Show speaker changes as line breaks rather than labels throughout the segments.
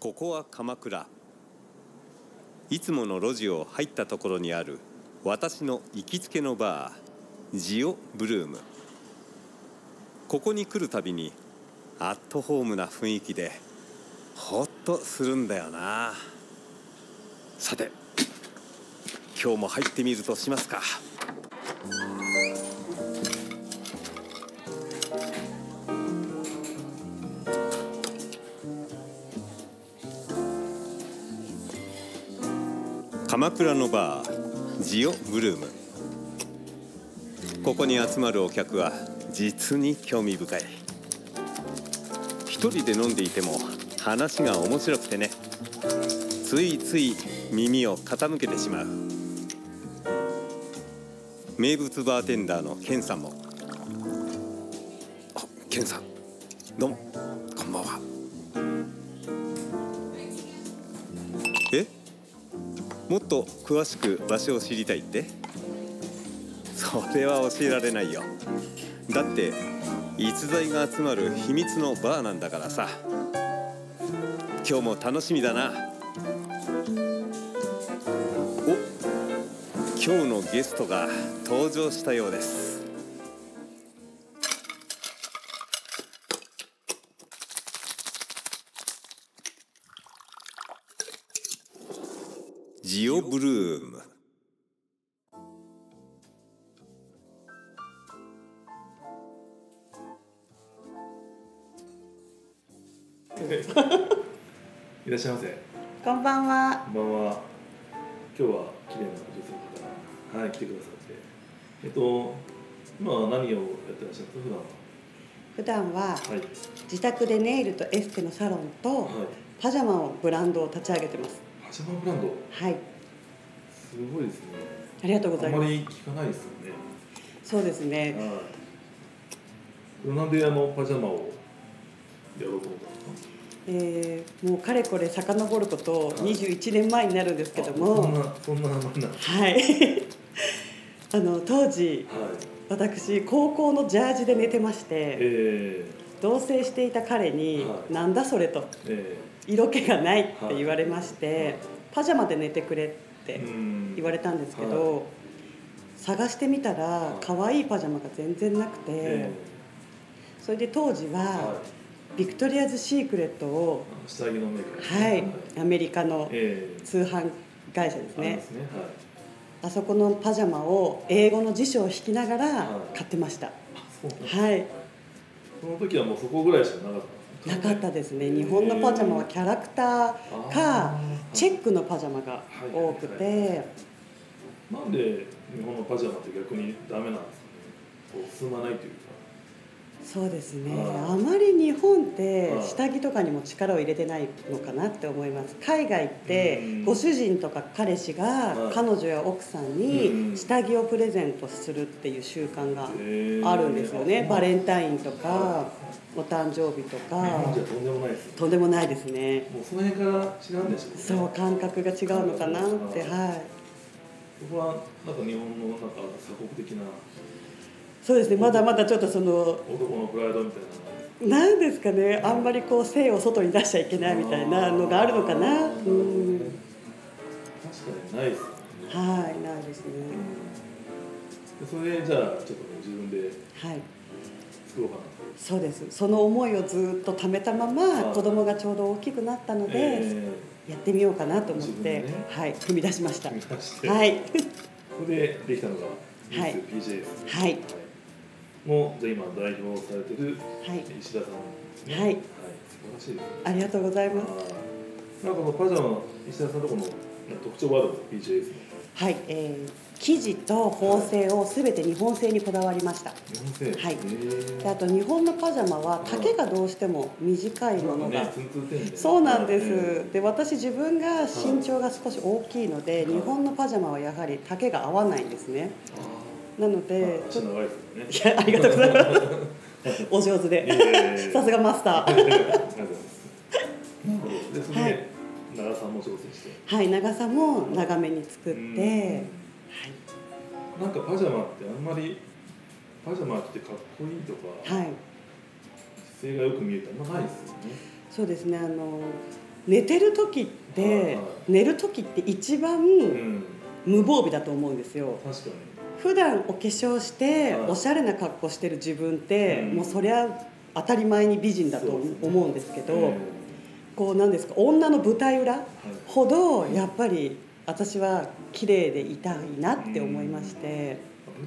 ここは鎌倉いつもの路地を入ったところにある私の行きつけのバージオブルームここに来るたびにアットホームな雰囲気でほっとするんだよなさて今日も入ってみるとしますか鎌倉のバージオブルームここに集まるお客は実に興味深い一人で飲んでいても話が面白くてねついつい耳を傾けてしまう名物バーテンダーのケンさんもあケンさんどうもこんばんはえもっと詳しく場所を知りたいってそれは教えられないよだって逸材が集まる秘密のバーなんだからさ今日も楽しみだなお今日のゲストが登場したようですジオブルーム
いらっしゃいませ。
こんばんは。
こんばんは。今日は綺麗な女性の方がはい来てくださって、えっと今は何をやってらっしゃるんですか普段は。
普段は
はい。
自宅でネイルとエステのサロンと
はい。
パジャマをブランドを立ち上げてます。
パジャマブランド
はい、
すごいですね。
ありがとうござ
あ
い
ん
ま。
ますり聞かないですよね。
そうですね。
はい。これなんであのパジャマをやろうと思ったんですか。
えー、もうかれこれ遡ること
はい
21年前になるんですけども、
あそんなそんな名前なんです。
はい。 あの当時
はい。
私高校のジャージで寝てまして
え
同棲していた彼に
は
「
い
なんだそれ」と
ー、え
「色気がない」っ
は
て
い
言われまして「パジャマで寝てくれ」って
ー、うん
言われたんですけど、探してみたら
い
可愛いパジャマが全然なくて、
え
それで当時
ー、
は
はい。
ビクトリアズ・シークレットを、
あの下着のメーカーですね
はいアメリカの
ええ
通販会社です
あれ
ね
ですね。はい。
あそこのパジャマを英語の辞書を引きながら
はい
買ってました
あそうなんだ
はい
その時はもうそこぐらいしかなかった
なかったですね
へー
日本のパジャマはキャラクターかチ
ェ
ェックのパジャマが多く
は
て
なんで日本のパジャマって逆にダメなんですかねこう進まないというか
そうですね
はい
あまり日本って
はい
下着とかにも力を入れてないのかなって思います海外っ
う
て
ん
ご主人とか彼氏が
はい
彼女や奥さん
う
に
ん
下着をプレゼントするっていう習慣が
へー
あるんですよね
あ
バレンタインとか
は
お誕生日と
日
か
本じゃとんでもないですよ
とんでもないですね
もうその辺から違うんでしょね
そう感覚が違うのかなって
はい
はい
そこはなんか日本のなんか鎖国的な
そうですねまだまだちょっとその
男のプライドみたいな
なんですかねあんまりこう性を外に出しちゃいけないみたいなのがあるのかな
あ
う
ーるほどね
ん
確かにないですよね
はい、ないですね。
でそれでじゃあちょっとね自分で
はい、
作ろうかなと
そうです。その思いをずっと貯めたま
は
ま、
い
子供がちょうど大きくなったので、
え
やってみようかなと思って、
自分でね
はい、踏み出しました。
ー見
は
まして、
い、
ここでできたのがミス
はい
PJ です、
はい、
のじゃあ今代表されてる
はい、
石田さんですね
はい
素晴らしいですね
ありがとうございます。
なんかこのパジャマの石田さんのとこの特徴はあるの PJ ですね
はい、えー生地と縫製をすべて日本製にこだわりました。
日本製
はい
へー
であと日本のパジャマは丈がどうしても短いもの
なん
が
かねツンツンテンで
そうなんで
え
す。で、私自分が身長が少し大きいので、
はい
日本のパジャマはやはり丈が合わないんですね。
ー
なので、
あ
ちょ
足
っと
長いです
い
よね
やありがとうございます。お上手
いや
で、
いやいやいや
さすがマスタ
あ
ー。
りがとうございますなるほどでそれ
は
で
い
長さも調整して
はい、長さも長めに作っ
う
て、はい
ん、なんかパジャマってあんまりパジャマ着てかっこいいとか、
はい、
姿勢がよく見えてあんまないですよね。
そうですね。あの寝てる時って
はい
寝る時って一番
うん、
無防備だと思うんですよ
確かに
普段お化粧して
はい
おしゃれな格好してる自分って
うん
もうそりゃ当たり前に美人だと
そうですね
思うんですけ
うん
どこうなんですか女の舞台裏ほどやっぱり私は綺麗でいたいなって思いまして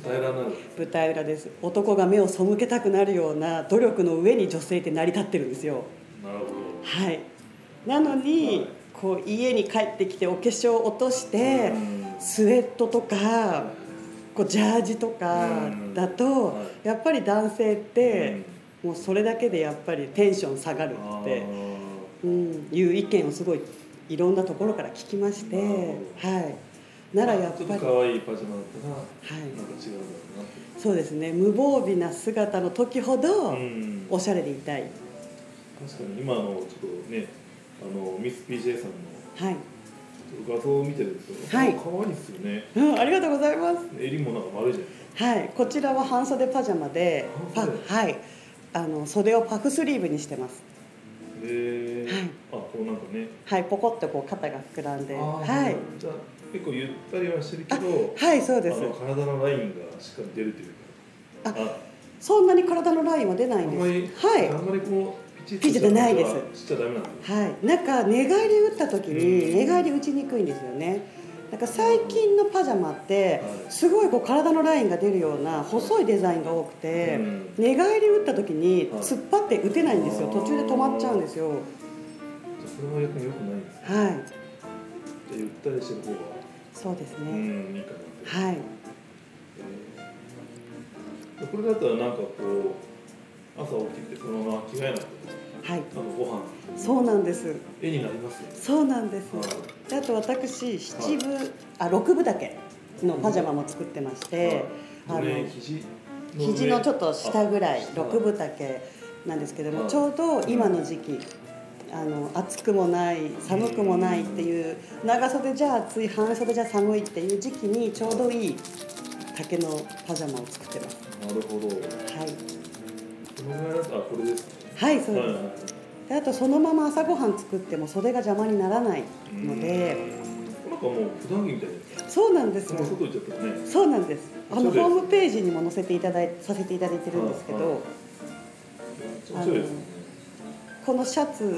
平らなる
舞台裏です男が目を背けたくなるような努力の上に女性って成り立ってるんですよ
なるほど
はいなのに、
はい
こう家に帰ってきてお化粧を落として、
うん
スウェットとか
は
こうジャージとかだと、
うんはい
やっぱり男性っ
い
て、もうそれだけでやっぱりテンション下がる
あー
って、うん、いう意見をすごいいろんなところから聞きまして、
なるほ
はい、ならやっぱ
ちょっ
り、
と
は
可愛いパジャマだったらなんか
い、
違うんだ
そうですね無防備な姿の時ほど、
ろうなうん
おしゃれでいたい。
確かに今のちょっとねあのミス PJ さんの
はい
画像を見てるんですけど、
はい
可愛いですよね
うん、ありがとうございます。
襟もなんか丸いじゃないです
はい、こちらは半袖パジャマで、パ
半袖
はい、あの袖をパフスリーブにしてます。
かへえあこうなんかね
はい、ポコッとこう肩が膨らんで、
あー
はい、
じゃあ結構ゆったりはしてるけど
はい、そうです
あ。の体のラインがしっかり出るというか
そんなに体のラインは出ない
あ
ん
ん
です。
まり、あ
は
んまりこうピチッ
ピチッとないです
しちゃダメなんです
い、はい、なんか寝返り打った時に
うん
寝返り打ちにくいんですよね。なんか最近のパジャマって
はい
すごいこう体のラインが出るような細いデザインが多くて
うん
寝返り打った時に
はい
突っ張って打てないんですよ
あー
途中で止まっちゃうんですよは
じゃあそれは逆に良くないんですね
い
じゃあゆったりしてる方が
そうです
う
ね
んいいかなって、
はい
えーこれだったらなんかこう朝起きてそのまま着替えなくて
はい
もなんかご飯
そうなんです。
絵になりますよね
そうなんです。
はい
であと私七部、あ六部だけのパジャマも作ってまして、
はいこ
あ
れ
の
肘の上
肘のちょっと下ぐらい
あ下
六分丈なんですけども、
はい
ちょうど今の時期。あの暑くもない寒くもないっていう長袖じゃ暑い半袖じゃ寒いっていう時期にちょうどいい竹のパジャマを作ってます。
なるほどこ
はい、
のぐらいだったらこれですね
はい、そうです。
はいはい
であとそのまま朝ごはん作っても袖が邪魔にならないので。
うんなんかもう普段着みたいです
そうなんです
もう外行っちゃったらね
そうなんです。あの
そうです
ホームページにも載せていただいさせていただいてるんですけ
はいは
ど、
ちょっと面白いですね
このシャツ
はい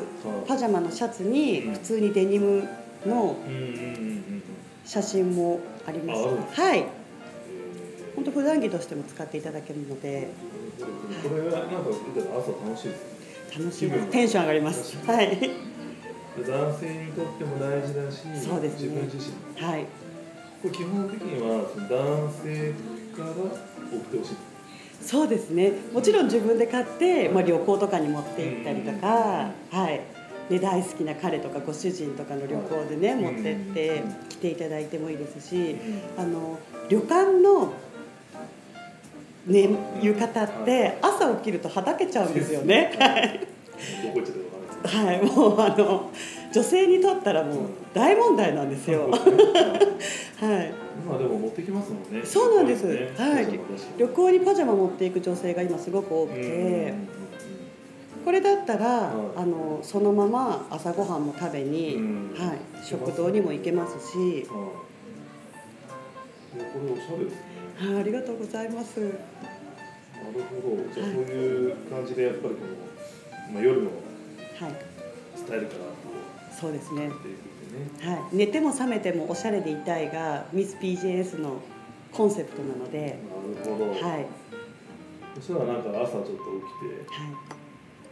パジャマのシャツに
うん
普通にデニムの
うんうんうんうん
写真もありま。
ああるんです
はい。
えー
本当普段着としても使っていただけるので
これはなんか見たら朝楽しいですね
楽しい
気
で
分
す。
が
テンション上がります。はい。
男性にとっても大事だし
そうですね
自分自身
はい。
これ基本的にはその男性から送ってほしい
そうですね。もちろん自分で買って、まあ旅行とかに持って行ったりとか、はい。で大好きな彼とかご主人とかの旅行でね
うん
持ってって
うん
来ていただいてもいいですし、
う
あの旅館の、ね、浴衣っ
は
て朝起きるとはだけちゃうんですよね。
どこ行っちゃったか
はい、もうあの女性にとったらもう大問題なんですよ。
わ
は
からないですけど
い、
今でも持ってきますもんね
そうなんです
ね
はい
そうですね
旅行にパジャマ持っていく女性が今すごく多くて、これだったら、
はい
あのそのまま朝ごはんも食べに、
うん
はい、食堂にも行けますし、
うんうんうんはいいやこれおしゃれですね
はい、ありがとうございます。
なるほどじゃあそういう感じでやっぱりこの、まあ、夜の
はい、
スタイルからこ
そうですね
う。っていくってね
はい、寝ても覚めてもおしゃれでいたいがミス PJS のコンセプトなので、
なるほど、
はいはい、
そしたらなんか朝ちょっと起きて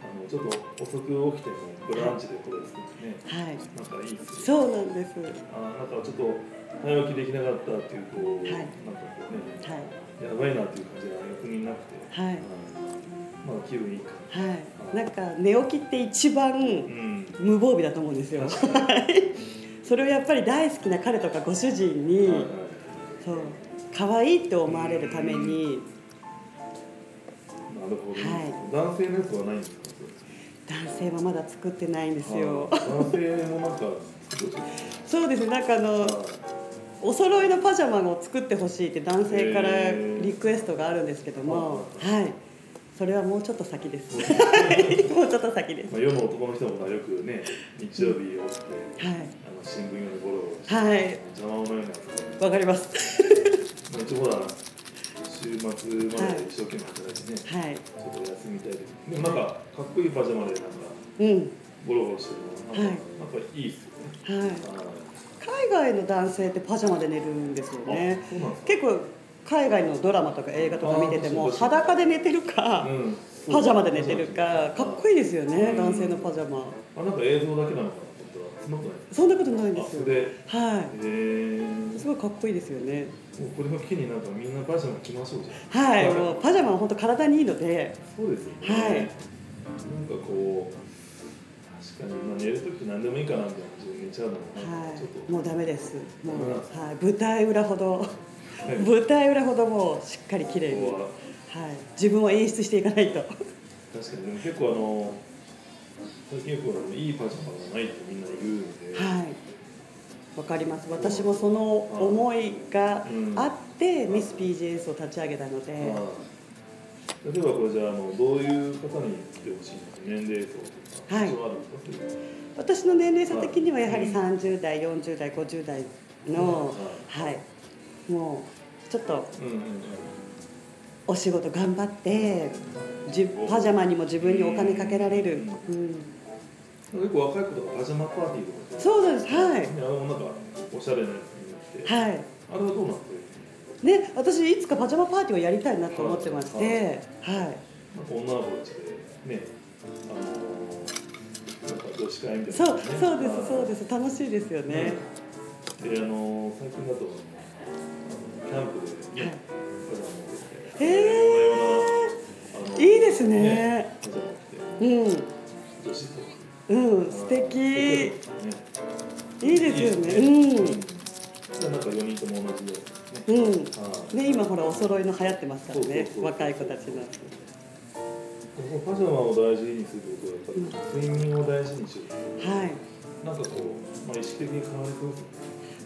あのちょっと遅く起きてもブランチでこれ作ってね、
はい、
なんかいいですね
そうなんです。は
あーなんかちょっと早起きできなかったっていうこう、
はい
なんかこうね
い、
やばいなっていう感じが逆になくて、
はい
うんまあ気分いいか
はい、なんか寝起きって一番
ん
無防備だと思うんですよ。それをやっぱり大好きな彼とかご主人に、
はいはい
そう可愛いって思われるために、
なるほど、
はい
男性のやつはないんですか
男性はまだ作ってないんですよ。
あー男性もなんか作ってほしい
そうですね、なんかあのお揃いのパジャマを作ってほしいって男性からリクエストがあるんですけども、はい、それはもうちょっと先です。 もうちょっと先です。
まあ、世の男の人もよくね日曜日を起きて
はい。
あの新聞読んでゴロゴロして、
はい。
邪魔者のようなやつで、ま
わかります。
あ、一応ほら週末まで一生懸命働いてね、
はい。
ちょっとお休みたいですでもなんかかっこいいパジャマでなんか
うん。
ゴロゴロしてるのなん
はい
か、なんかいいっすよね
はい。
あ
海外の男性ってパジャマで寝るんですよ
ー
ね
あ。そうなんですか
結構海外のドラマとか映画とか見てて
あ
も
ーそうそうそう
裸で寝てるか、
うんそう
パジャマで寝てるかかっこいいですよね、
うん
男性のパジャマ
あなんか映像だけなのかなと思ったらそんなことない
そんなことないんで
あ
す
それ
よ
で
は
えー
いすごいかっこいいですよね
もうこれを機になんかみんなパジャマ着ましょうじゃん
はい
はい
もうパジャマは本当体にいいので
そうですよね、
はい
なんかこう確かに、まあ、寝る時って何でもいいかなみたいな感じで寝ちゃうのもなんかちょっと、
はいもうダメですもう
うん、
はい、舞台裏ほど
はい
舞台裏ほどもうしっかり綺麗に、
こ
は、
こはい
自分を演出していかないと
確かにでも結構あの最近よくあのいいパジャマがないってみんな言うんで、
はいわかります私もその思いがあって、
うん
ミス PJS を立ち上げたので、
まあ、例えばこれじゃああのどういう方に来てほしいのか年齢層とか、
はい
一応あるんですか
私の年齢差的にはやはり
うん
30代40代50代の、はいもうちょっと
うんうんうん
お仕事頑張ってじパジャマにも自分にお金かけられる、うん、
なんか結構若い子とかパジャマパーティーとかって
そうなんですはい
ねあれもなんかおしゃれなやつになって、
はい
あれはどうなんですか
ね私いつかパジャマパーティーをやりたいなと思ってましてはい
なんか女の子たちでね、あのー、なんか女子会みたいな
そ
の
う
ね、
そうですそうですす楽しいですよね、
で、あのー、最近だとあのキャンプで
は
ね
い、
パジャマ持ってきて、
へ
ーあの
いいですね
パジャマ着て
うん
女子と
うん素敵いい
い
ですよね
じゃあなんか四人とも同じよ
う
うに
ん
ね。
うん
あー
ね今ほらお揃いの流行ってますから
そうそう
ね
そう
若い子たちの
でもパジャマを大事にすることはやっぱり睡眠を大事にしよう
はい
なんかこう、まあ、意識的に考えてますよね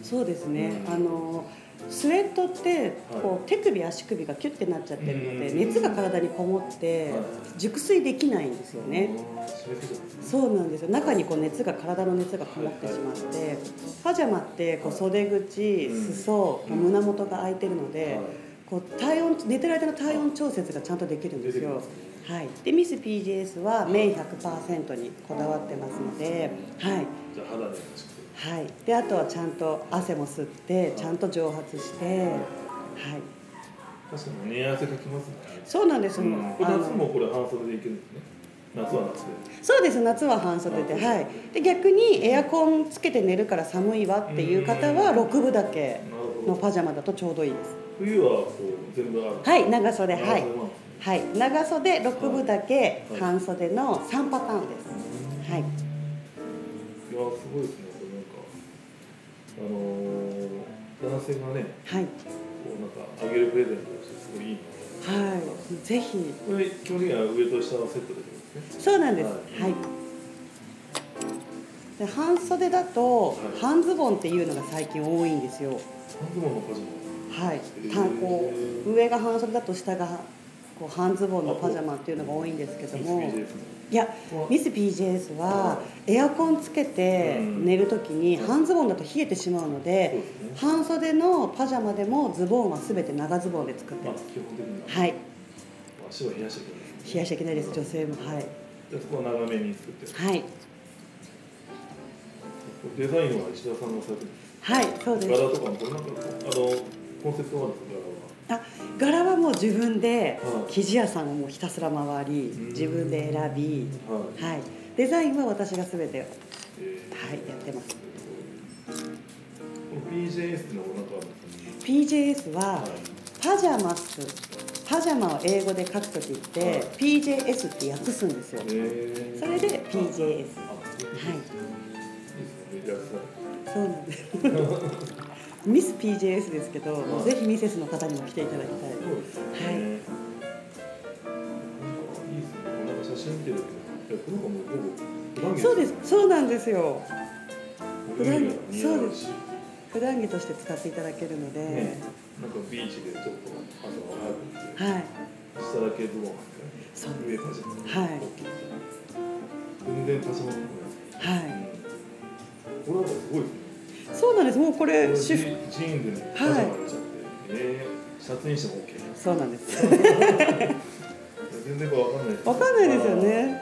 そうですね、
うん
あのスウェットって
はい
こう手首足首がキュッてなっちゃってるので
うん
熱が体にこもって
はい
熟睡できないんですよね。
あー。締め切りなんですね
そうなんですよ中にこう熱が体の熱がこもってしまってパジャマってこう袖口
うん
裾こう胸元が開いてるので
はい
こう体温寝てる間の体温調節がちゃんとできるんですよ。はい、でミス PGS は綿100%にこだわってますので、はい、
じゃあ肌でし
はい、であとはちゃんと汗も吸ってちゃんと蒸発して、はい、
確かに寝汗かきますね。
そうなんです、
うんこれ
あの
夏もこれ半袖でいけるんですね。夏は夏で。
そうです夏は半袖で、
あ
はい、で逆にエアコンつけて寝るから寒いわっていう方は
うん
6分だけ
なるほ
の
ど。
パジャマだとちょうどいいです
冬はこう全部ある。
はい長袖は
長
い
袖なんで
はい長袖6分だけ
はい
半袖の3パターンですす
ね
はい
いやすごいですね。これなんかあのー男性がね
はい
こうなんかあげるプレゼントとしてすごいいいな。
はいぜひ
これ基本的には上と下のセットでいいですね。
そうなんです。
は
はいい。で半袖だと
はい
半ズボンっていうのが最近多いんですよ。
半ズボンのパジャ
はい
へ。ー
たこう上が半袖だと下がこう半ズボンのパジャマっていうのが多いんですけど
マ。
も、
SPJ で
い
すね。
や
これ
ミス PJS は
は
エアコンつけて
うん
寝るときに半ズボンだと冷えてしまうの
そう
で、
ですね。
半袖のパジャマでもズボンはすべて長ズボンで作って
まあ
ます。
基本的には。
はい。
足を冷やしていけないですね
冷やしちゃいけないです。女性もはい
じゃあそこは長めに作って
はい
デザインは石田さんのされてる
はいそうです。
柄とかもこれなんかあのコンセプトはあるんです
あ柄はもう自分で
うん
生地屋さんをもうひたすら回り
うん
自分で選び、
か柄ははい、
はい、デザインは私が全て、はい、
え
やってます
ー、この BJS っていうのはなんかあるんですか
PJS は
はい
パジャマスパジャマを英語で書くときって、
はい
PJS って訳すんですよ
えー、
それで PJS
あそ
は
うです
い
ねいいですねリラックスさ
そうなんですミス PJS ですけど、
はい
ぜひミセスの方にも来ていただきたい
れてそうですね、
はい
なんかいいですねなんか写真見てるけどいやこの子もうほぼ
そうですそうなんですよ
普段着ですよね
そうです普段着として使っていただけるので、
ねなんかビーチでちょっと朝早く来て
はい
下だけズボン
そう
履いて上パジャマ
はい
全然パジャマっ
はい
ぽくないこれはもうすごいですね
そうなんですもうこれ
ジ
主婦
ージーンズにパジャマ入れちゃって、えーシャツにしても OK
そうなんです
全然これわかんない
わかんないですよね
いや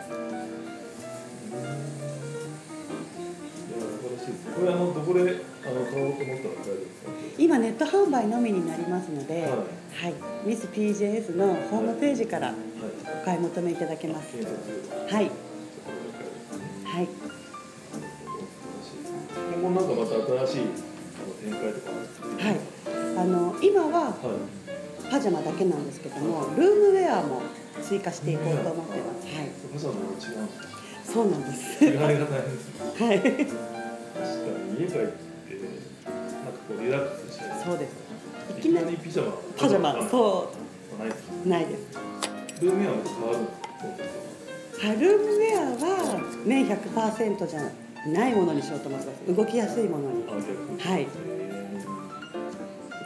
素晴らしいですこれあのどこであの買おうと思ったら買えるんですか
今ネット販売のみになりますので、
はい
はい、ミス PJS のホームページから
はい
お買い求めいただけます
検索すれば
はい
これで買えるんですね
はい
今後なんかまた新しいあの展開とかあるんですか
はいあの今は
はい
パジャマだけなんですけどもルームウェアも追加していこうと思ってますはい
パジャマも違うんですね
そうなんです
着替えが大変ですね
はい
確かに家帰ってなんかこうリラックスしたり
そうですい
い
き
き
な
な
り
りピジャマ
パジャマ
う
そ
ないです
うないです
ルームウェアも変わるんですか
はいルームウェアは綿100%じゃないものにしようと思ってます動きやすいものに
あ逆
はい
へーちょ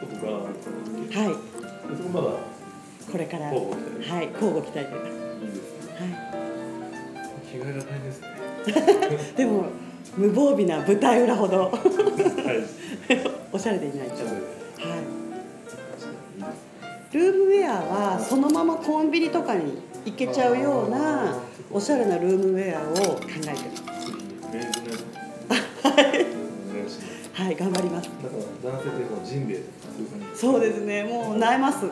っと僕はあのそ
はい
こまだ
これからはい
交互期待
交互期待で
いいですね
は
着替えが大変ですね
いでも無防備な舞台裏ほど
はい
おしゃれでいないとは
おしゃれで確かにいいですね
いルームウェアはそのままコンビニとかに行けちゃうようなおしゃれなルームウェアを考えてます
メンズのやつ。はい。お願いします。
はい頑張ります
だから男性ってこうジンベエとかそういう感じ。
そうですねもう萎えます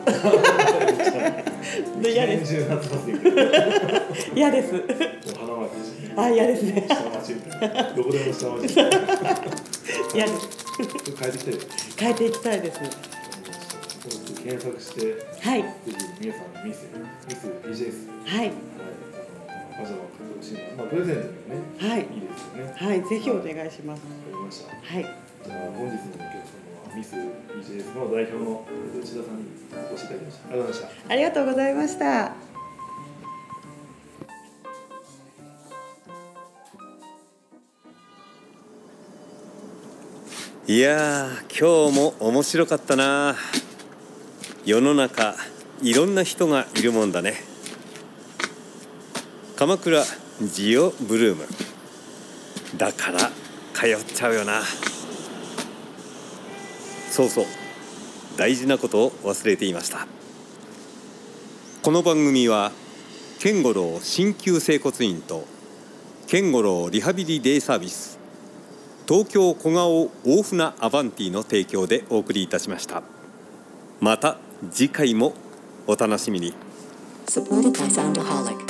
一
嫌で
年
す
中夏祭りみたいな。も
嫌です
う花巻きしてね。
あ嫌ですね
下町みたいな。どこでも下町みたいな。
嫌です
変えてきてる。
変えていきたいです
検索して、ぜ
はい
ひ皆さんミスミス PJS。
はい
はい。パジャマを買ってほしいな。まあプレゼントにもね。
はい
いいですよね。わか
はいぜひお願いします
りました。
はい
じゃあ本日のお客様はミス PJS の代表のえっと内田さんにお越しいただきました。ありがとうございました。
ありがとうございました
いやー今日も面白かったな世の中いろんな人がいるもんだね鎌倉ジオブルームだから通っちゃうよなそうそう大事なことを忘れていましたこの番組は健五郎鍼灸整骨院と健五郎リハビリデイサービス東京小顔大船アバンティの提供でお送りいたしましたまた次回もお楽しみに
supported by Soundaholic.